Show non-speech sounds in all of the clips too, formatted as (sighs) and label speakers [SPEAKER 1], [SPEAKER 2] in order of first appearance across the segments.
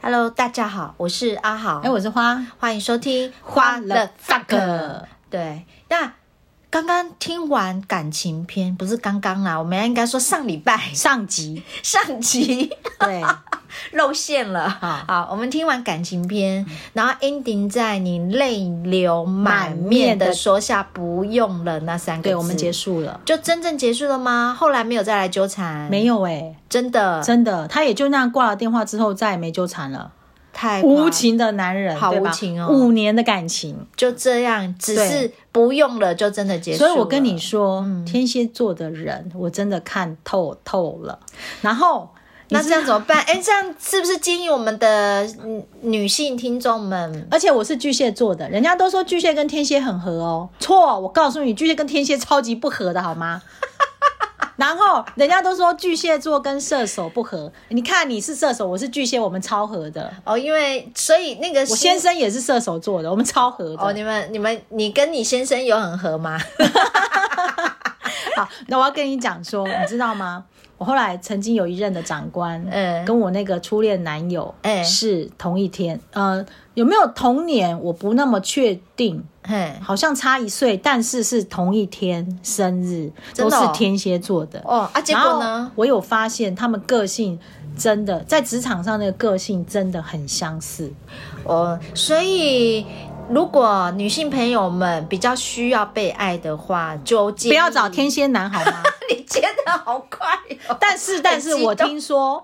[SPEAKER 1] Hello，大家好，我是阿豪，
[SPEAKER 2] 哎，我是花，
[SPEAKER 1] 欢迎收听《
[SPEAKER 2] 花了
[SPEAKER 1] fuck
[SPEAKER 2] fuck》。
[SPEAKER 1] 对，那刚刚听完感情篇，不是刚刚啦，我们应该说上礼拜 (laughs)
[SPEAKER 2] 上集
[SPEAKER 1] 上集
[SPEAKER 2] 对，
[SPEAKER 1] 露馅了。
[SPEAKER 2] 好嗯
[SPEAKER 1] 好，我们听完感情篇，然后 ending 在你泪流满
[SPEAKER 2] 满
[SPEAKER 1] 面
[SPEAKER 2] 面
[SPEAKER 1] 的
[SPEAKER 2] 的
[SPEAKER 1] 说下不用了那三个字，
[SPEAKER 2] (laughs) 对我们结束了，
[SPEAKER 1] 就真正结束了吗？后来没有再来纠缠，
[SPEAKER 2] 没
[SPEAKER 1] 有，
[SPEAKER 2] 有哎、
[SPEAKER 1] 真的
[SPEAKER 2] 真的，他也就那样挂了电话之后，再也没纠缠了。
[SPEAKER 1] 太夸
[SPEAKER 2] 无，情的男人，
[SPEAKER 1] 好
[SPEAKER 2] 对吧
[SPEAKER 1] 无情哦
[SPEAKER 2] 五年的感情，
[SPEAKER 1] 就这样，只是不用了就真的结束
[SPEAKER 2] 所
[SPEAKER 1] 了。嗯
[SPEAKER 2] 以我跟你说，天蝎座的人，我真的看透透了。然后，
[SPEAKER 1] 那这样怎么办？哎、这样是不是建议我们的嗯女性听众们？
[SPEAKER 2] 而且我是巨蟹座的，人家都说巨蟹跟天蝎很合哦，错！我告诉你，巨蟹跟天蝎超级不合的好吗？ (laughs) 然后人家都说巨蟹座跟射手不合，你看你是射手，我是巨蟹，我们超合的。
[SPEAKER 1] 哦，因为所以那个
[SPEAKER 2] 我
[SPEAKER 1] 星
[SPEAKER 2] 先生也是射手座的，我们超合的。
[SPEAKER 1] 哦，你们你们你跟你先生有很合
[SPEAKER 2] (laughs)
[SPEAKER 1] 吗？
[SPEAKER 2] 好，那我要跟你讲说，你知道吗？我后来曾经有一任的长官，
[SPEAKER 1] 嗯
[SPEAKER 2] 跟我那个初恋男友，
[SPEAKER 1] 嗯
[SPEAKER 2] 是同一天，呃，有没有同年我不那么确定，
[SPEAKER 1] 嘿，
[SPEAKER 2] 好像差一岁，但是是同一天生日，
[SPEAKER 1] 真
[SPEAKER 2] 都
[SPEAKER 1] 的
[SPEAKER 2] 是
[SPEAKER 1] 哦
[SPEAKER 2] 天蝎座的。
[SPEAKER 1] 哦啊，结
[SPEAKER 2] 然
[SPEAKER 1] 果
[SPEAKER 2] 后
[SPEAKER 1] 呢？
[SPEAKER 2] 我有发现他们个性真的在职场上那个个性真的很相似。
[SPEAKER 1] 哦，所以如果女性朋友们比较需要被爱的话，就建议
[SPEAKER 2] 不要找。天蝎男好
[SPEAKER 1] (laughs)
[SPEAKER 2] 吗？
[SPEAKER 1] 你接的好快哦！
[SPEAKER 2] 但是，但是
[SPEAKER 1] (laughs) 很激
[SPEAKER 2] 我
[SPEAKER 1] 动
[SPEAKER 2] 听说，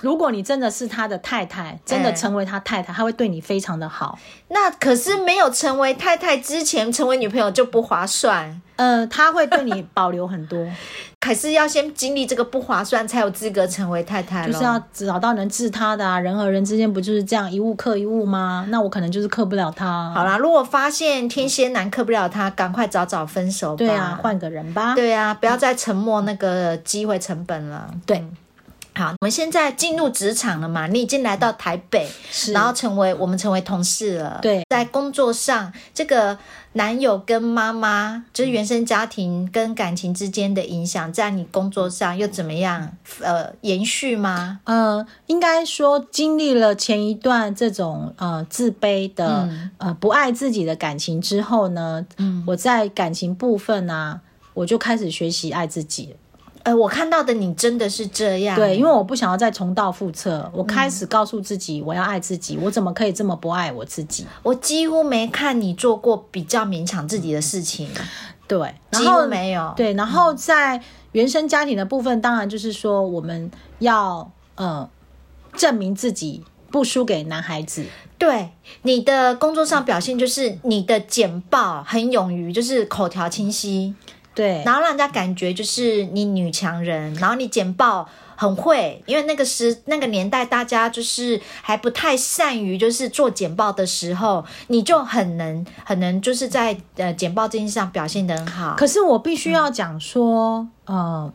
[SPEAKER 2] 如果你真的是他的太太，真的成为他太
[SPEAKER 1] 哎
[SPEAKER 2] 太，他会对你非常的好。
[SPEAKER 1] 那可是没有成为太太之前，成为女朋友就不划算，
[SPEAKER 2] 呃，他会对你保留很
[SPEAKER 1] (laughs)
[SPEAKER 2] 多，
[SPEAKER 1] 还是要先经历这个不划算，才有资格成为太太
[SPEAKER 2] 就是
[SPEAKER 1] 咯
[SPEAKER 2] 要找到能治他的啊。人和人之间不就是这样一物克一物吗？那我可能就是克不了他。啊
[SPEAKER 1] 好啦，如果发现天蝎男克不了他，赶快早早分手吧。
[SPEAKER 2] 对啊，换个人吧。
[SPEAKER 1] 对啊，不要再沉默那个机会成本了。
[SPEAKER 2] 对，
[SPEAKER 1] 好，我们现在进入职场了嘛？你已经来到台北，
[SPEAKER 2] 是
[SPEAKER 1] 然后成为我们成为同事了。
[SPEAKER 2] 对
[SPEAKER 1] 在工作上，这个男友跟妈妈，就是原生家庭跟感情之间的影响，在你工作上又怎么样？呃，延续吗？
[SPEAKER 2] 呃，应该说经历了前一段这种呃自卑的、
[SPEAKER 1] 嗯
[SPEAKER 2] 呃不爱自己的感情之后呢，嗯，我在感情部分啊，我就开始学习爱自己了。
[SPEAKER 1] 呃，我看到的你真的是这样。
[SPEAKER 2] 对，因为我不想要再重蹈覆辙，我
[SPEAKER 1] 嗯
[SPEAKER 2] 开始告诉自己，我要爱自己，我怎么可以这么不爱我自己？
[SPEAKER 1] 我几乎没看你做过比较勉强自己的事情，
[SPEAKER 2] 对，然
[SPEAKER 1] 几乎
[SPEAKER 2] 后
[SPEAKER 1] 没有。嗯
[SPEAKER 2] 对，然后在原生家庭的部分，当然就是说我们要呃证明自己不输给男孩子，
[SPEAKER 1] 对你的工作上表现，就是你的简报很勇于，就是口条清晰，
[SPEAKER 2] 对，
[SPEAKER 1] 然后让人家感觉就是你女强人，然后你简报很会，因为那个时那个年代大家就是还不太善于就是做简报的时候，你就很能很能就是在呃简报这件事上表现得很好。
[SPEAKER 2] 可是我必须
[SPEAKER 1] 嗯
[SPEAKER 2] 要讲说，呃，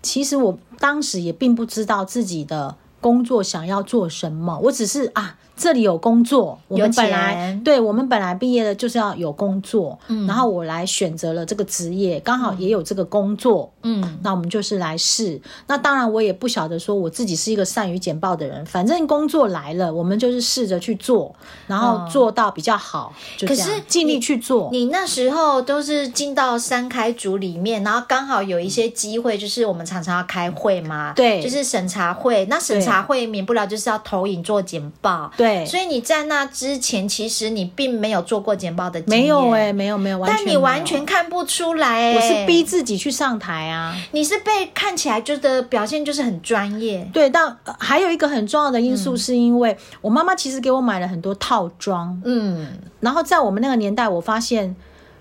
[SPEAKER 2] 其实我当时也并不知道自己的工作想要做什么，我只是啊，这里有工作，我
[SPEAKER 1] 有
[SPEAKER 2] 们
[SPEAKER 1] 钱嗯
[SPEAKER 2] 本来对我们本来毕业了就是要有工作，然后我来选择了这个职业，刚好也有这个工作，
[SPEAKER 1] 嗯，
[SPEAKER 2] 那我们就是来试。那当然，我也不晓得说我自己是一个善于简报的人，反正工作来了，我们就是试着去做，然后做到比较好，就
[SPEAKER 1] 嗯可
[SPEAKER 2] 这样
[SPEAKER 1] 是
[SPEAKER 2] 尽
[SPEAKER 1] 你
[SPEAKER 2] 力去做。
[SPEAKER 1] 你那时候都是进到三开组里面，然后刚好有一些机会，就是我们常常要开会嘛，
[SPEAKER 2] 嗯对
[SPEAKER 1] 就是审查会。那审查会免不了就是要投影做简报，
[SPEAKER 2] 对，
[SPEAKER 1] 所以你在那之前，其实你并没有做过简报的经验，
[SPEAKER 2] 没有哎、没有没有，完全
[SPEAKER 1] 但你完
[SPEAKER 2] 没有
[SPEAKER 1] 全看不出来、欸，
[SPEAKER 2] 我是逼，自己去上台啊。
[SPEAKER 1] 你是被看起来觉得表现就是很专业，
[SPEAKER 2] 对，但呃还有一个很重要的因
[SPEAKER 1] 嗯
[SPEAKER 2] 素，是因为我妈妈其实给我买了很多套装，
[SPEAKER 1] 嗯，
[SPEAKER 2] 然后在我们那个年代，我发现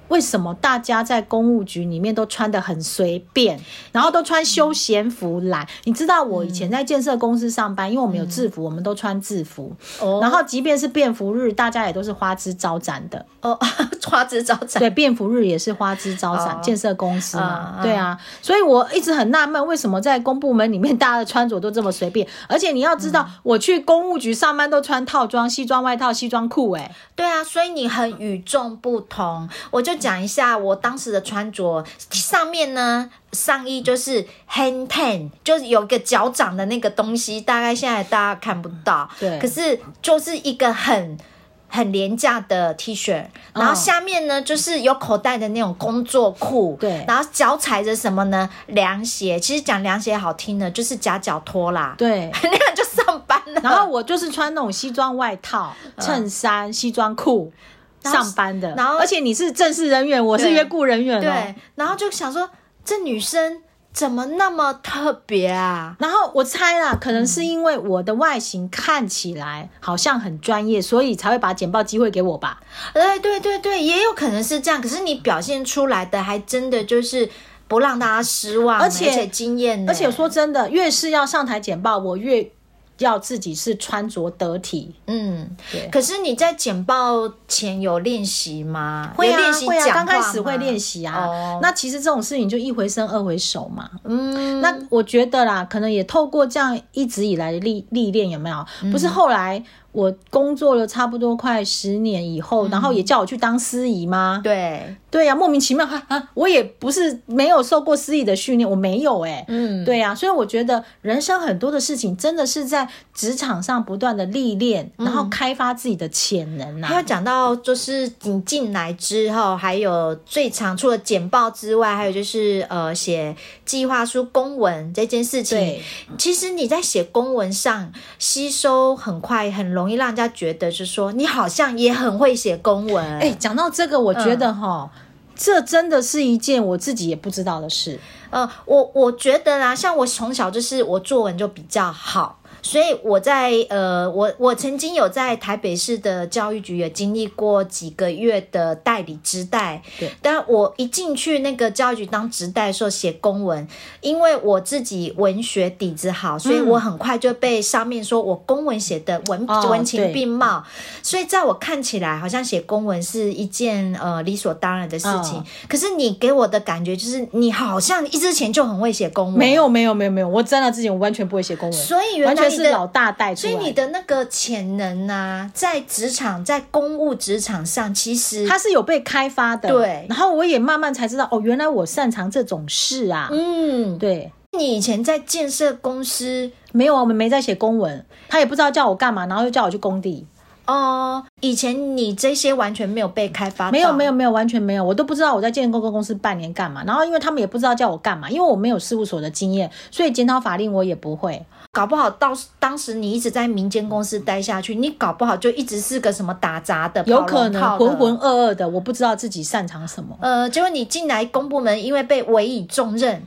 [SPEAKER 2] 为什么大家在公务局里面都穿的很随便，然后都穿休闲服来。你知道我以
[SPEAKER 1] 嗯
[SPEAKER 2] 前在建设公司上班，因为我们有制服，我们都穿制服，
[SPEAKER 1] 哦，
[SPEAKER 2] 然后即便是便服日，大家也都是花枝招展的。
[SPEAKER 1] 哦， (laughs) 花枝招展，
[SPEAKER 2] 对，便服日也是花枝招展，
[SPEAKER 1] 哦
[SPEAKER 2] 建设公司嘛，
[SPEAKER 1] 嗯嗯
[SPEAKER 2] 对啊，所以我一直很纳闷，为什么在公部门里面 (laughs) 大家的穿着都这么随便？而且你要
[SPEAKER 1] 嗯
[SPEAKER 2] 知道，我去公务局上班都穿套装、西装外套、西装裤、欸，哎，
[SPEAKER 1] 对啊，所以你很与众不同，我就讲一下我当时的穿着，上面呢上衣就是 hand tan，就是有一个脚掌的那个东西，大概现在大家看不到，
[SPEAKER 2] 对
[SPEAKER 1] 可是就是一个很。很廉价的 T 恤，
[SPEAKER 2] 嗯
[SPEAKER 1] 然后下面呢、就是有口袋的那种工作裤，
[SPEAKER 2] 对
[SPEAKER 1] 然后脚踩着什么呢？凉鞋。其实讲凉鞋好听的，就是夹脚拖啦，
[SPEAKER 2] 对，
[SPEAKER 1] (laughs) 那样就上班了。
[SPEAKER 2] 然后我就是穿那种西装外套、衬衫、西装裤
[SPEAKER 1] 嗯然后
[SPEAKER 2] 上班的，
[SPEAKER 1] 然后
[SPEAKER 2] 而且你是正式人员，我是
[SPEAKER 1] 对
[SPEAKER 2] 约雇人员哦
[SPEAKER 1] 对。，然后就想说，这女生怎么那么特别啊？
[SPEAKER 2] 然后我猜啦，可能是因为我的外形看起来好像很专业，所以才会把简报机会给我吧。
[SPEAKER 1] 哎，对对对，也有可能是这样。可是你表现出来的，还真的就是不让大家失望，
[SPEAKER 2] 而
[SPEAKER 1] 而
[SPEAKER 2] 且
[SPEAKER 1] 惊艳呢。
[SPEAKER 2] 而且说真的，越是要上台简报，我越要自己是穿着得体。
[SPEAKER 1] 嗯
[SPEAKER 2] 对，
[SPEAKER 1] 可是你在简报前有练习吗？
[SPEAKER 2] 会
[SPEAKER 1] 有
[SPEAKER 2] 啊
[SPEAKER 1] 练习
[SPEAKER 2] 会啊，
[SPEAKER 1] 讲话
[SPEAKER 2] 刚
[SPEAKER 1] 吗
[SPEAKER 2] 开始会练。习啊。
[SPEAKER 1] 哦
[SPEAKER 2] 那其实这种事情就一回生二回熟嘛。
[SPEAKER 1] 嗯，
[SPEAKER 2] 那我觉得啦，可能也透过这样一直以来的历历练，有没有？
[SPEAKER 1] 嗯
[SPEAKER 2] 不是后来我工作了差不多快十年以
[SPEAKER 1] 嗯
[SPEAKER 2] 后，然后也叫我去当司仪吗？
[SPEAKER 1] 对，
[SPEAKER 2] 对呀、莫名其妙哈啊！我也不是没有受过司仪的训练，我没有哎、
[SPEAKER 1] 嗯，
[SPEAKER 2] 对呀、所以我觉得人生很多的事情真的是在职场上不断的历练，然
[SPEAKER 1] 嗯
[SPEAKER 2] 后开发自己的潜能
[SPEAKER 1] 还有
[SPEAKER 2] 啊。
[SPEAKER 1] 讲到，就是你进来之后，还有最常除了简报之外，还有就是呃写计划书、公文这件事情
[SPEAKER 2] 对。
[SPEAKER 1] 其实你在写公文上吸收很快，很容易让人家觉得就是说你好像也很会写公文。
[SPEAKER 2] 哎、讲到这个，我觉
[SPEAKER 1] 嗯
[SPEAKER 2] 得哈。这真的是一件我自己也不知道的事，
[SPEAKER 1] 呃，我我觉得啦，像我从小就是我作文就比较好，所以我在呃，我我曾经有在台北市的教育局也经历过几个月的代理职代
[SPEAKER 2] 对，
[SPEAKER 1] 但我一进去那个教育局当职代的时候写公文，因为我自己文学底子好，所以我很快就被上面说我公文写的文、
[SPEAKER 2] 嗯哦
[SPEAKER 1] 文情
[SPEAKER 2] 对
[SPEAKER 1] 并茂，所以在我看起来好像写公文是一件呃理所当然的事情。
[SPEAKER 2] 嗯
[SPEAKER 1] 可是你给我的感觉就是你好像一之前就很会写公文，
[SPEAKER 2] 没，有没有没有没有，我真的之前我完全不会写公文，
[SPEAKER 1] 所以原
[SPEAKER 2] 完
[SPEAKER 1] 来
[SPEAKER 2] 全
[SPEAKER 1] 你
[SPEAKER 2] 是老欸
[SPEAKER 1] 的。
[SPEAKER 2] 大带出
[SPEAKER 1] 所
[SPEAKER 2] 来
[SPEAKER 1] 以
[SPEAKER 2] 的。
[SPEAKER 1] 你的那个潜能啊，在职场，在公务职场上，其实
[SPEAKER 2] 它是有被开发的，
[SPEAKER 1] 对
[SPEAKER 2] 然后我也慢慢才知道，哦，原来我擅长这种事啊。
[SPEAKER 1] 嗯，
[SPEAKER 2] 对，
[SPEAKER 1] 你以前在建设公司
[SPEAKER 2] 没有啊，我们没在写公文，他也不知道叫我干嘛，然后又叫我去工地，
[SPEAKER 1] 哦，以前你这些完全没有被开发到，
[SPEAKER 2] 没有没有没有，完全没有，我都不知道我在建工公司半年干嘛。然后因为他们也不知道叫我干嘛，因为我没有事务所的经验，所以检讨法令我也不会。
[SPEAKER 1] 搞不好到当时你一直在民间公司待下去，你搞不好就一直是个什么打杂的，
[SPEAKER 2] 有
[SPEAKER 1] 跑龙
[SPEAKER 2] 可能
[SPEAKER 1] 套的
[SPEAKER 2] 浑浑噩噩的，我不知道自己擅长什么。
[SPEAKER 1] 呃，结果你进来公部门，因为被委以重任，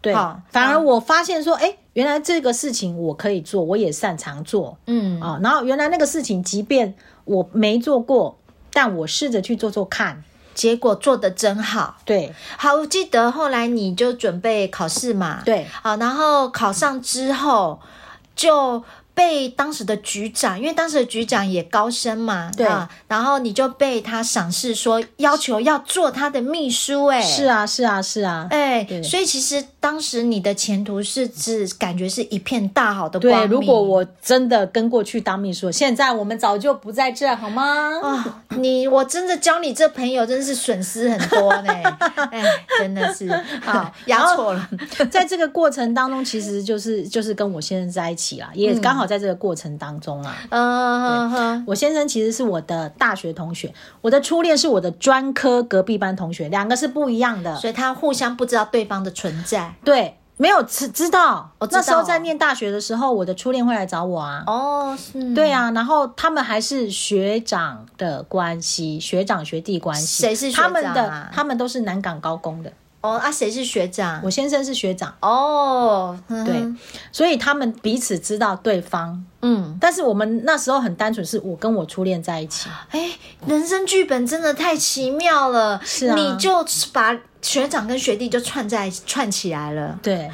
[SPEAKER 2] 对
[SPEAKER 1] 好，
[SPEAKER 2] 反而
[SPEAKER 1] 嗯
[SPEAKER 2] 我发现说，哎、原来这个事情我可以做，我也擅长做
[SPEAKER 1] 嗯，
[SPEAKER 2] 啊、然后原来那个事情，即便我没做过，但我试着去做做看。
[SPEAKER 1] 结果做得真好。
[SPEAKER 2] 对，
[SPEAKER 1] 好，我记得后来你就准备考试嘛，
[SPEAKER 2] 对
[SPEAKER 1] 好，然后考上之后就。被当时的局长，因为当时的局长也高升嘛，
[SPEAKER 2] 对
[SPEAKER 1] 啊，然后你就被他赏识说，要求要做他的秘书、哎，
[SPEAKER 2] 是啊，是啊，是啊。
[SPEAKER 1] 哎、
[SPEAKER 2] 对
[SPEAKER 1] 所以其实当时你的前途是指感觉是一片大好的光
[SPEAKER 2] 对，
[SPEAKER 1] 明。
[SPEAKER 2] 如果我真的跟过去当秘书，现在我们早就不在这，好吗？
[SPEAKER 1] 啊、你我真的交你这朋友真是损失很多
[SPEAKER 2] (laughs)
[SPEAKER 1] 呢，哎，真的是啊好压错了，
[SPEAKER 2] 在这个过程当中，其实就是就是跟我先生在一起啦，
[SPEAKER 1] 嗯
[SPEAKER 2] 也刚好在这个过程当中啦。
[SPEAKER 1] 嗯哼哼
[SPEAKER 2] 我先生其实是我的大学同学，我的初恋是我的专科隔壁班同学，两个是不一样的。
[SPEAKER 1] 所以他互相不知道对方的存在
[SPEAKER 2] 对，没有知知道，
[SPEAKER 1] 我知道
[SPEAKER 2] 那时候在念大学的时候，我的初恋会来找我啊。
[SPEAKER 1] 哦，是
[SPEAKER 2] 对啊，然后他们还是学长的关系，学长学弟关系。
[SPEAKER 1] 谁是学
[SPEAKER 2] 他们
[SPEAKER 1] 长
[SPEAKER 2] 的
[SPEAKER 1] 啊？
[SPEAKER 2] 他们都是南港高工的，
[SPEAKER 1] 哦啊，谁是学长？
[SPEAKER 2] 我先生是学长，
[SPEAKER 1] 哦，嗯
[SPEAKER 2] 对
[SPEAKER 1] 哼，
[SPEAKER 2] 所以他们彼此知道对方。
[SPEAKER 1] 嗯，
[SPEAKER 2] 但是我们那时候很单纯，是我跟我初恋在一
[SPEAKER 1] (laughs)
[SPEAKER 2] 起。
[SPEAKER 1] 哎，人生剧本真的太奇妙了，
[SPEAKER 2] 是啊
[SPEAKER 1] 你就把学长跟学弟就串在串起来了。
[SPEAKER 2] 对，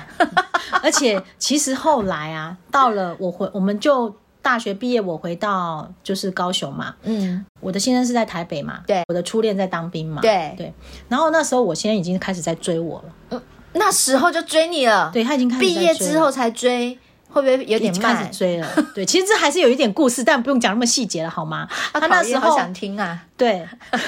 [SPEAKER 2] 而且其实后来啊，到了我回，我们就大学毕业，我回到就是高雄嘛，
[SPEAKER 1] 嗯，
[SPEAKER 2] 我的先生是在台北嘛，
[SPEAKER 1] 对
[SPEAKER 2] 我的初恋在当兵嘛，
[SPEAKER 1] 对
[SPEAKER 2] 对。然后那时候我先生已经开始在追我了，
[SPEAKER 1] 那时候就追你了，
[SPEAKER 2] 对他已经开始在
[SPEAKER 1] 毕
[SPEAKER 2] 追
[SPEAKER 1] 业之
[SPEAKER 2] 我
[SPEAKER 1] 后才追，会不会有点
[SPEAKER 2] 已经开
[SPEAKER 1] 慢
[SPEAKER 2] 始？追了。对，其实这还是有一点故事，但不用讲那么细节了，好吗？
[SPEAKER 1] 啊
[SPEAKER 2] 他
[SPEAKER 1] 讨
[SPEAKER 2] 那
[SPEAKER 1] 厌 (laughs)
[SPEAKER 2] 时
[SPEAKER 1] 好
[SPEAKER 2] 候
[SPEAKER 1] 想听啊，
[SPEAKER 2] 对，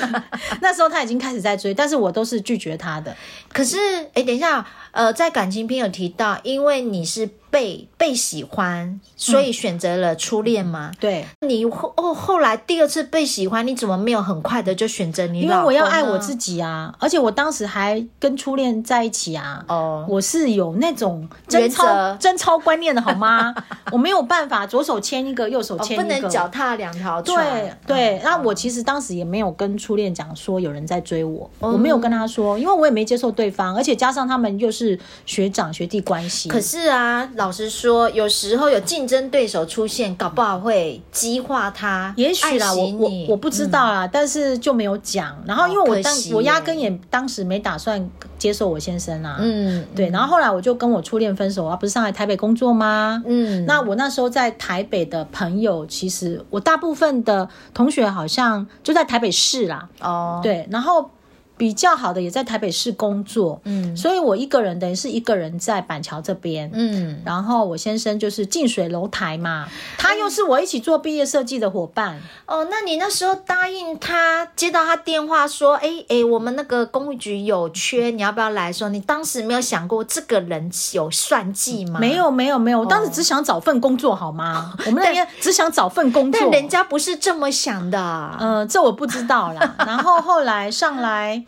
[SPEAKER 2] (laughs) 那时候他已经开始在追，但是我都是拒绝他的。
[SPEAKER 1] 可是哎，等一下，呃，在感情篇有提到，因为你是被被喜欢，所以选择了初恋吗？
[SPEAKER 2] 对，
[SPEAKER 1] 你后哦，后来第二次被喜欢，你怎么没有很快的就选择你
[SPEAKER 2] 因为
[SPEAKER 1] 老
[SPEAKER 2] 我要
[SPEAKER 1] 公呢
[SPEAKER 2] 爱我自己啊，而且我当时还跟初恋在一起啊。
[SPEAKER 1] 哦，
[SPEAKER 2] 我是有那种贞
[SPEAKER 1] 原
[SPEAKER 2] 操
[SPEAKER 1] 则
[SPEAKER 2] 贞操观念的好
[SPEAKER 1] (laughs)
[SPEAKER 2] 吗？我没有办法，左手牵一个，右手
[SPEAKER 1] 哦
[SPEAKER 2] 牵
[SPEAKER 1] 不
[SPEAKER 2] 一个，
[SPEAKER 1] 能脚踏嗯两条船。
[SPEAKER 2] 对对，那我其实当时也没有跟初恋讲说有人在追我，
[SPEAKER 1] 嗯
[SPEAKER 2] 我没有跟他说，因为我也没接受对方，而且加上他们又是学长学弟关系，
[SPEAKER 1] 可是啊，老实说，有时候有竞争对手出现，搞不好会激化他，
[SPEAKER 2] 也许啦，
[SPEAKER 1] 爱
[SPEAKER 2] 我
[SPEAKER 1] 惜
[SPEAKER 2] 我
[SPEAKER 1] 你嗯哦
[SPEAKER 2] 我不知道啦，但是就没有讲。然后因为我
[SPEAKER 1] 可
[SPEAKER 2] 当
[SPEAKER 1] 惜
[SPEAKER 2] 我压
[SPEAKER 1] 耶
[SPEAKER 2] 根也当时没打算接受我先生啊，
[SPEAKER 1] 嗯，
[SPEAKER 2] 对，然后后来我就跟我初恋分手啊，不是上来台北工作吗？
[SPEAKER 1] 嗯，
[SPEAKER 2] 那我那时候在台北的朋友，其实我大部分的同学好像就在台北市啦，
[SPEAKER 1] 哦，
[SPEAKER 2] 对，然后比较好的也在台北市工作，
[SPEAKER 1] 嗯
[SPEAKER 2] 所以我一个人等于是一个人在板桥这边。
[SPEAKER 1] 嗯，
[SPEAKER 2] 然后我先生就是近水楼台嘛，他又是我一起做毕业设计的伙伴，
[SPEAKER 1] 哦，那你那时候答应他，接到他电话说，哎哎，我们那个公务局有缺，你要不要来说？你当时没有想过这个人有算计吗？
[SPEAKER 2] 没有没有没有，我
[SPEAKER 1] 哦
[SPEAKER 2] 当时只想找份工作好吗？我们那边只想找份工作，
[SPEAKER 1] 但人家不是这么想的啊、
[SPEAKER 2] 呃，这我不知道啦。然后后来上来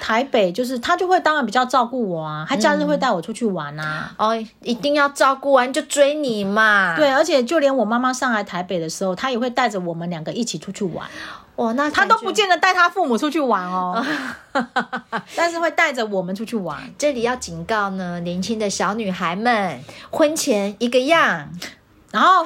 [SPEAKER 2] 台北，就是他就会当然比较照顾我啊，他假日
[SPEAKER 1] 嗯
[SPEAKER 2] 会带我出去玩啊。
[SPEAKER 1] 哦，一定要照顾完就追你嘛。，
[SPEAKER 2] 对，而且就连我妈妈上来台北的时候，她也会带着我们两个一起出去玩，
[SPEAKER 1] 哇，那
[SPEAKER 2] 她
[SPEAKER 1] 他
[SPEAKER 2] 都不。见得带她父母出去玩哦，但是会带着我们出去玩。
[SPEAKER 1] 这里要警告呢，年轻的小女孩们，婚前一个样，
[SPEAKER 2] 然后，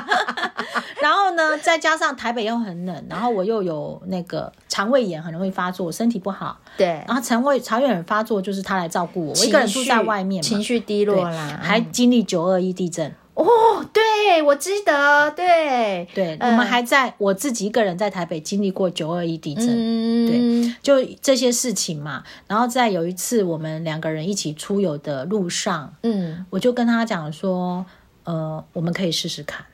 [SPEAKER 2] (laughs) 然后呢，再加上台北又很冷，然后我又有那个肠胃炎，很容易发作，身体不好。
[SPEAKER 1] 对，
[SPEAKER 2] 然后肠胃肠胃炎发作就是他来照顾我，哦我一个人住在外面嘛，
[SPEAKER 1] 情绪低
[SPEAKER 2] 对
[SPEAKER 1] 落啦，嗯
[SPEAKER 2] 还经历九二一地震，
[SPEAKER 1] 哦，对，我记得，对，
[SPEAKER 2] 对，
[SPEAKER 1] 嗯
[SPEAKER 2] 我们还在我自己一个人在台北经历过九二一地震。
[SPEAKER 1] 嗯，
[SPEAKER 2] 就这些事情嘛，然后再有一次我们两个人一起出游的路上，
[SPEAKER 1] 对，嗯，
[SPEAKER 2] 我就跟他讲说，呃，我们可以试试看，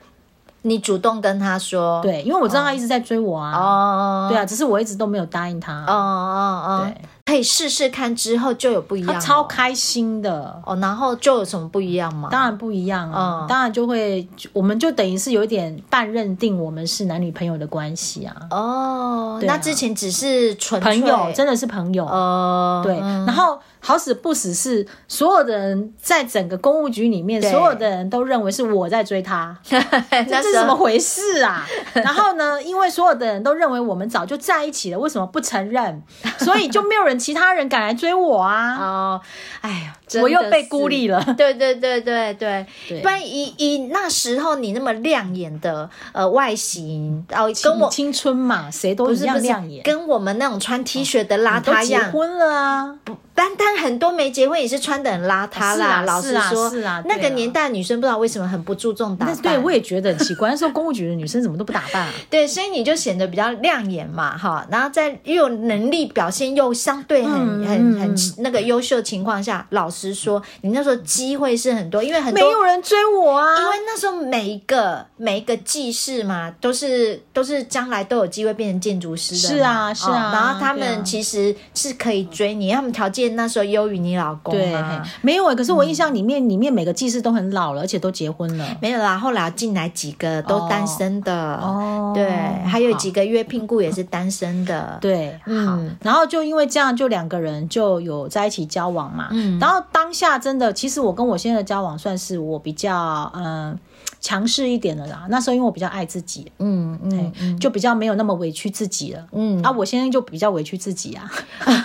[SPEAKER 1] 你主动跟他说，，
[SPEAKER 2] 对，因为我知道他一直在追我啊，
[SPEAKER 1] 哦，
[SPEAKER 2] 对啊，只是我一直都没有答应他，
[SPEAKER 1] 哦，哦哦哦
[SPEAKER 2] 对，
[SPEAKER 1] 可以试试看，之后就有不一样
[SPEAKER 2] 他
[SPEAKER 1] 哦，
[SPEAKER 2] 超开心的，
[SPEAKER 1] 哦，然后就有什么不一样吗？
[SPEAKER 2] 当然不一样啊，
[SPEAKER 1] 嗯
[SPEAKER 2] 当然就会，我们就等于是有一点半认定我们是男女朋友的关系啊，
[SPEAKER 1] 哦，
[SPEAKER 2] 对啊
[SPEAKER 1] 那之前只是纯粹
[SPEAKER 2] 朋友真的是朋友，
[SPEAKER 1] 哦，
[SPEAKER 2] (laughs) 对，
[SPEAKER 1] 嗯
[SPEAKER 2] 然后好死不死是所有的人在整个公务局里面，
[SPEAKER 1] 对
[SPEAKER 2] 所有的人都认为是我在追
[SPEAKER 1] (laughs)
[SPEAKER 2] 他，这
[SPEAKER 1] (laughs) 那
[SPEAKER 2] 是
[SPEAKER 1] 时
[SPEAKER 2] 怎么
[SPEAKER 1] 候
[SPEAKER 2] 回事
[SPEAKER 1] (laughs)
[SPEAKER 2] 啊？然后呢，因为所有的人都认为我们早就在一起了，为什么不承认？
[SPEAKER 1] (laughs)
[SPEAKER 2] 所以就没有人其他人敢来追我啊，
[SPEAKER 1] 哦，哎呀，
[SPEAKER 2] 我又
[SPEAKER 1] 真的
[SPEAKER 2] 被
[SPEAKER 1] 是
[SPEAKER 2] 孤。立了。
[SPEAKER 1] (laughs) 对对对对对，
[SPEAKER 2] 对
[SPEAKER 1] 不然以以那时候你那么亮眼的呃外形，哦，跟我
[SPEAKER 2] 青春嘛，谁都
[SPEAKER 1] 不
[SPEAKER 2] 一
[SPEAKER 1] 是不
[SPEAKER 2] 样
[SPEAKER 1] 是
[SPEAKER 2] 亮眼。哦
[SPEAKER 1] 跟我们那种穿 T 恤的邋
[SPEAKER 2] 你都
[SPEAKER 1] 遢
[SPEAKER 2] 结
[SPEAKER 1] 样，
[SPEAKER 2] 婚了啊，
[SPEAKER 1] 但但很多没结婚也是穿的很邋
[SPEAKER 2] 哦
[SPEAKER 1] 遢
[SPEAKER 2] 是
[SPEAKER 1] 啦。
[SPEAKER 2] 啊
[SPEAKER 1] 老
[SPEAKER 2] 是
[SPEAKER 1] 实
[SPEAKER 2] 啊
[SPEAKER 1] 说，
[SPEAKER 2] 是啊对
[SPEAKER 1] 那个
[SPEAKER 2] 啊
[SPEAKER 1] 年代的女生不知道为什么很不注重打
[SPEAKER 2] 那
[SPEAKER 1] 扮，
[SPEAKER 2] 对我也觉得很奇怪。那时候公务局的女生怎么都不打
[SPEAKER 1] (laughs)
[SPEAKER 2] 扮啊？
[SPEAKER 1] 对，所以你就显得比较亮眼嘛，哈，然后在又有能力表现又相对很、
[SPEAKER 2] 嗯
[SPEAKER 1] 很很
[SPEAKER 2] 嗯
[SPEAKER 1] 那个优秀的情况下，老实说，你那时候机会是很多，因为很
[SPEAKER 2] 没
[SPEAKER 1] 多。
[SPEAKER 2] 有人追我啊，
[SPEAKER 1] 因为那时候每一个每一个技师嘛，都是都是将来都有机会变成建筑师的嘛，
[SPEAKER 2] 是啊是啊
[SPEAKER 1] 哦然后他
[SPEAKER 2] 对啊
[SPEAKER 1] 们其实是可以追你，他们条件那时候优于你老公啊
[SPEAKER 2] 对
[SPEAKER 1] 嘛，，
[SPEAKER 2] 没有哎、可是我印象里面，里面每个技师都很老了，而且都结婚了。
[SPEAKER 1] 没有啦，后来进来几个都单身的，
[SPEAKER 2] 哦
[SPEAKER 1] 对，还有
[SPEAKER 2] 好
[SPEAKER 1] 几个月聘雇也是单身的，
[SPEAKER 2] 对，好
[SPEAKER 1] 嗯，
[SPEAKER 2] 然后就因为这样，就两个人就有在一起交往嘛。
[SPEAKER 1] 嗯
[SPEAKER 2] 然后当下真的，其实我跟我现在的交往算是我比较嗯强势一点的啦。那时候因为我比较爱自己，
[SPEAKER 1] 嗯嗯嗯
[SPEAKER 2] 就比较没有那么委屈自己了。
[SPEAKER 1] 嗯
[SPEAKER 2] 啊，我现在就比较委屈自己啊，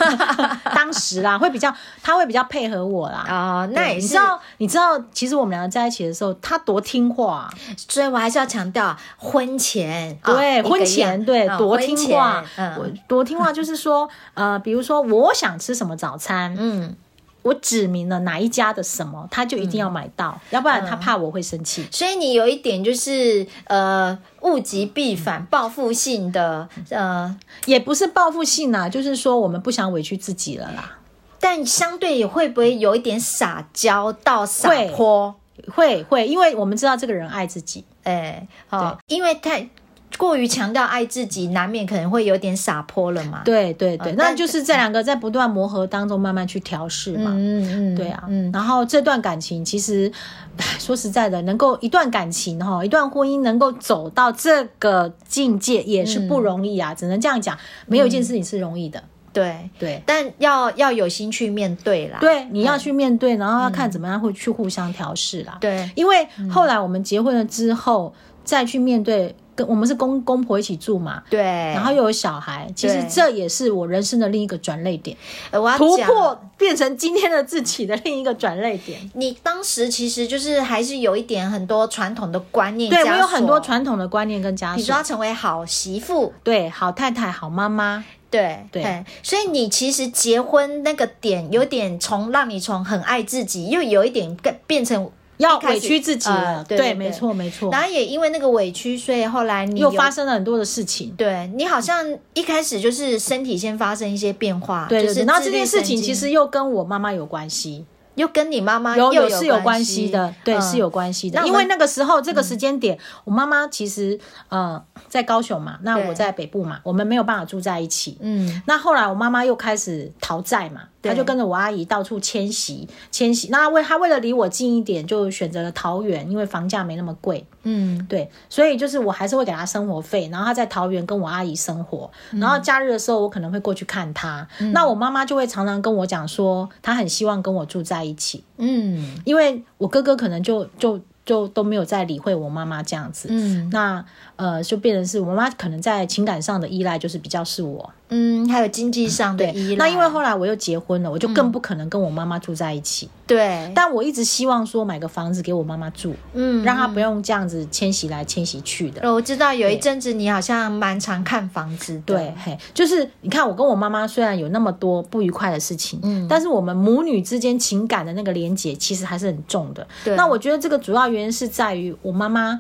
[SPEAKER 2] (laughs) 当时啦，会比较，他会比较配合我啦。
[SPEAKER 1] 啊、
[SPEAKER 2] 对
[SPEAKER 1] 那也
[SPEAKER 2] 你知
[SPEAKER 1] 是，
[SPEAKER 2] 道，你知道，其实我们两个在一起的时候，他多听话、啊，
[SPEAKER 1] 所以我还是要强调婚前，
[SPEAKER 2] 对，
[SPEAKER 1] 啊
[SPEAKER 2] 婚前对多听话，我
[SPEAKER 1] 嗯
[SPEAKER 2] 多听话就是说，呃，比如说我想吃什么早餐，
[SPEAKER 1] 嗯，
[SPEAKER 2] 我指明了哪一家的什么，他就一定要买到，要不然
[SPEAKER 1] 嗯
[SPEAKER 2] 他怕我会生气。
[SPEAKER 1] 所以你有一点就是呃物极必反、报复性的呃，
[SPEAKER 2] 也不是报复性啊，就是说我们不想委屈自己了啦。
[SPEAKER 1] 但相对也会不会有一点撒娇到撒
[SPEAKER 2] 会
[SPEAKER 1] 泼？
[SPEAKER 2] 会会，因为我们知道这个人爱自己，
[SPEAKER 1] 哎，好，因为太过于强调爱自己，难免可能会有点洒脱了嘛。
[SPEAKER 2] 对啊对对，
[SPEAKER 1] 呃
[SPEAKER 2] 那
[SPEAKER 1] 但
[SPEAKER 2] 就是这两个在不断磨合当中慢慢去调试嘛。
[SPEAKER 1] 嗯嗯，
[SPEAKER 2] 对啊，
[SPEAKER 1] 嗯，
[SPEAKER 2] 然后这段感情其实， (sighs) 唉说实在的，能够一段感情哈，一段婚姻能够走到这个境界也是不容易
[SPEAKER 1] 嗯
[SPEAKER 2] 啊，只能这样讲，没有一件事情是容易的。
[SPEAKER 1] 对，
[SPEAKER 2] 对
[SPEAKER 1] 但要要有心去面对啦。
[SPEAKER 2] 对，你要去面对，然后要看怎么样会去互相调试啦。
[SPEAKER 1] 对，
[SPEAKER 2] 因为后来我们结婚了之后，再去面对跟我们是公公婆一起住嘛，
[SPEAKER 1] 对，
[SPEAKER 2] 然后又有小孩，其实
[SPEAKER 1] 对
[SPEAKER 2] 这也是我人生的另一个转类点，
[SPEAKER 1] 呃我要
[SPEAKER 2] 突
[SPEAKER 1] 讲
[SPEAKER 2] 破变成今天的自己的另一个转类点。
[SPEAKER 1] 你当时其实就是还是有一点很多传统的观念，
[SPEAKER 2] 对我
[SPEAKER 1] 枷
[SPEAKER 2] 有很多
[SPEAKER 1] 锁，
[SPEAKER 2] 传统的观念跟枷
[SPEAKER 1] 你说
[SPEAKER 2] 锁，
[SPEAKER 1] 要成为好媳妇，
[SPEAKER 2] 对，好太太、好妈妈，
[SPEAKER 1] 对
[SPEAKER 2] 对
[SPEAKER 1] 嘿所以你其实结婚那个点有点从让你从很爱自己，又有一点变变成
[SPEAKER 2] 要
[SPEAKER 1] 一开始
[SPEAKER 2] 委屈自己了。
[SPEAKER 1] 呃对
[SPEAKER 2] 对，
[SPEAKER 1] 对
[SPEAKER 2] 没
[SPEAKER 1] 对
[SPEAKER 2] 错，没错
[SPEAKER 1] 然。后也因为那个委屈，所以后来你
[SPEAKER 2] 又
[SPEAKER 1] 有
[SPEAKER 2] 发生了很多的事情。
[SPEAKER 1] 对你好像一开始就是身体先发生一些变化，
[SPEAKER 2] 对
[SPEAKER 1] 就
[SPEAKER 2] 对
[SPEAKER 1] 是
[SPEAKER 2] 对，然后
[SPEAKER 1] 自
[SPEAKER 2] 这
[SPEAKER 1] 律
[SPEAKER 2] 件事
[SPEAKER 1] 神
[SPEAKER 2] 情
[SPEAKER 1] 经
[SPEAKER 2] 其实又跟我妈妈有关系，
[SPEAKER 1] 又跟你妈妈
[SPEAKER 2] 有
[SPEAKER 1] 又
[SPEAKER 2] 是有
[SPEAKER 1] 关嗯
[SPEAKER 2] 关系的，对，是有关系的
[SPEAKER 1] 那。我
[SPEAKER 2] 因
[SPEAKER 1] 们嗯
[SPEAKER 2] 为那个时候这个时间点，我妈妈其实呃在高雄嘛，那
[SPEAKER 1] 对
[SPEAKER 2] 我在北部嘛，我们没有办法住在一起。
[SPEAKER 1] 嗯
[SPEAKER 2] 那后来我妈妈又开始逃债嘛，
[SPEAKER 1] 对
[SPEAKER 2] 她就跟着我阿姨到处迁徙，迁徙。那她为她为了离我近一点，就选择了桃园，因为房价没那么贵。
[SPEAKER 1] 嗯
[SPEAKER 2] 对，所以就是我还是会给她生活费，然后她在桃园跟我阿姨生活，
[SPEAKER 1] 嗯
[SPEAKER 2] 然后假日的时候我可能会过去看她。那我妈妈就会常常跟我讲说，她很希望跟我住在一起，
[SPEAKER 1] 嗯
[SPEAKER 2] 因为我哥哥可能就就就都没有再理会我妈妈这样子。
[SPEAKER 1] 嗯
[SPEAKER 2] 那呃，就变成是我妈可能在情感上的依赖，就是比较是我。
[SPEAKER 1] 嗯，还有经济上的依
[SPEAKER 2] 对，
[SPEAKER 1] 赖。
[SPEAKER 2] 那因为后来我又结婚了，我就
[SPEAKER 1] 嗯
[SPEAKER 2] 更不可能跟我妈妈住在一起。
[SPEAKER 1] 对，
[SPEAKER 2] 但我一直希望说买个房子给我妈妈住，
[SPEAKER 1] 嗯，
[SPEAKER 2] 让她不用这样子迁徙来迁徙去的。
[SPEAKER 1] 呃我知道有一阵子你好像蛮常看房子的，
[SPEAKER 2] 对，嘿，就是你看，我跟我妈妈虽然有那么多不愉快的事情，
[SPEAKER 1] 嗯
[SPEAKER 2] 但是我们母女之间情感的那个连结其实还是很重的。
[SPEAKER 1] 对
[SPEAKER 2] 那我觉得这个主要原因是在于我妈妈，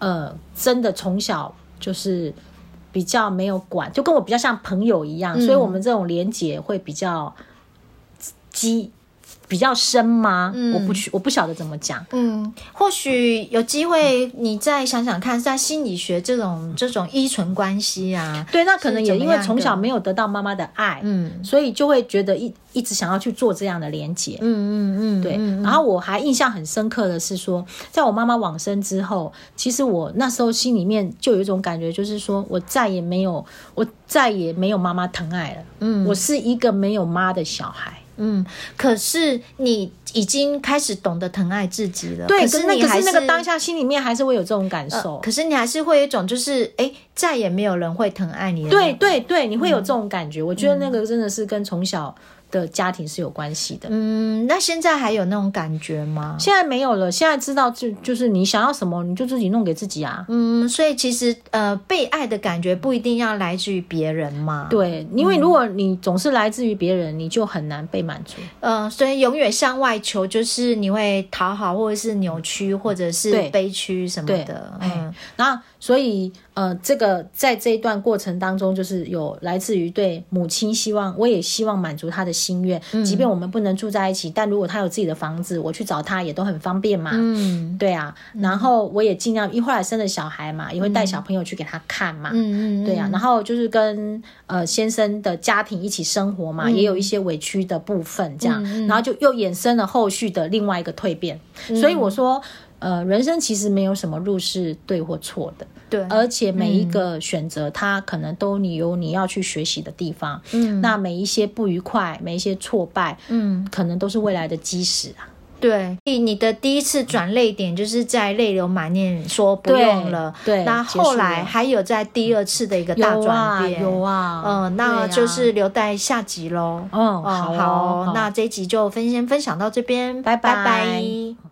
[SPEAKER 2] 呃，真的从小就是比较没有管，就跟我比较像朋友一样，
[SPEAKER 1] 嗯
[SPEAKER 2] 所以我们这种连结会比较激。比较深吗？
[SPEAKER 1] 嗯
[SPEAKER 2] 我不去，我不晓得怎么讲。
[SPEAKER 1] 嗯，或许有机会你再想想看，在心理学这
[SPEAKER 2] 嗯
[SPEAKER 1] 种这种依存关系啊，
[SPEAKER 2] 对，那可能也因为
[SPEAKER 1] 是怎么样的
[SPEAKER 2] 从小没有得到妈妈的爱，
[SPEAKER 1] 嗯
[SPEAKER 2] 所以就会觉得一一直想要去做这样的连接。
[SPEAKER 1] 嗯嗯嗯，
[SPEAKER 2] 对，
[SPEAKER 1] 嗯
[SPEAKER 2] 然后我还印象很深刻的是说，在我妈妈往生之后，其实我那时候心里面就有一种感觉，就是说我再也没有，我再也没有妈妈疼爱了。
[SPEAKER 1] 嗯
[SPEAKER 2] 我是一个没有妈的小孩。
[SPEAKER 1] 嗯，可是你已经开始懂得疼爱自己了，
[SPEAKER 2] 对，
[SPEAKER 1] 可
[SPEAKER 2] 可是
[SPEAKER 1] 你
[SPEAKER 2] 那可
[SPEAKER 1] 还
[SPEAKER 2] 是
[SPEAKER 1] 是
[SPEAKER 2] 呃那个当。下心里面还是会有这种感受。
[SPEAKER 1] 可是你还是会有一种，就是哎，再也没有人会疼爱你了。
[SPEAKER 2] 对，对对，你会有这种感觉。我觉得那个真的是跟从小的家庭是有关系的。
[SPEAKER 1] 嗯，那现在还有那种感觉吗？
[SPEAKER 2] 现在没有了，现在知道就就是你想要什么，你就自己弄给自己啊。
[SPEAKER 1] 嗯，所以其实呃，被爱的感觉不一定要来自于别人嘛。
[SPEAKER 2] 对，因为如果你总是来自于别人，你就很难被满足。
[SPEAKER 1] 嗯、所以永远向外求，就是你会讨好，或者是扭曲，或者是
[SPEAKER 2] 对
[SPEAKER 1] 悲屈什么
[SPEAKER 2] 对
[SPEAKER 1] 的。
[SPEAKER 2] 哎
[SPEAKER 1] 嗯
[SPEAKER 2] 那所以呃，这个在这一段过程当中，就是有来自于对母亲希望，我也希望满足她的心愿。嗯即便我们不能住在一起，但如果她有自己的房子，我去找她也都很方便嘛。
[SPEAKER 1] 嗯
[SPEAKER 2] 对啊，然后我也尽量，因为后来生了小孩嘛，也会带小朋友去给她看嘛。
[SPEAKER 1] 嗯嗯，
[SPEAKER 2] 对啊，然后就是跟呃先生的家庭一起生活嘛，也有
[SPEAKER 1] 嗯
[SPEAKER 2] 一些委屈的部分，这样，然后就又衍生了后续的另外一个蜕变。所以我
[SPEAKER 1] 嗯
[SPEAKER 2] 说，呃，人生其实没有什么路是对或错的，
[SPEAKER 1] 对，
[SPEAKER 2] 而且每
[SPEAKER 1] 嗯
[SPEAKER 2] 一个选择，它可能都你有你要去学习的地方。
[SPEAKER 1] 嗯
[SPEAKER 2] 那每一些不愉快，每一些挫败，
[SPEAKER 1] 嗯
[SPEAKER 2] 可能都是未来的基石啊。
[SPEAKER 1] 对，所以你的第一次转泪点就是在泪流满面说不用了，
[SPEAKER 2] 对对
[SPEAKER 1] 那
[SPEAKER 2] 结束
[SPEAKER 1] 后来
[SPEAKER 2] 了
[SPEAKER 1] 还有在第二次的一个大
[SPEAKER 2] 有
[SPEAKER 1] 转
[SPEAKER 2] 啊，
[SPEAKER 1] 变，
[SPEAKER 2] 有啊，
[SPEAKER 1] 嗯、那
[SPEAKER 2] 对啊
[SPEAKER 1] 就是留待下集喽。
[SPEAKER 2] 嗯，
[SPEAKER 1] 哦，
[SPEAKER 2] 好哦
[SPEAKER 1] 好哦，
[SPEAKER 2] 好
[SPEAKER 1] 那这一集就分先分享到这边，
[SPEAKER 2] 拜
[SPEAKER 1] 拜
[SPEAKER 2] 拜
[SPEAKER 1] 拜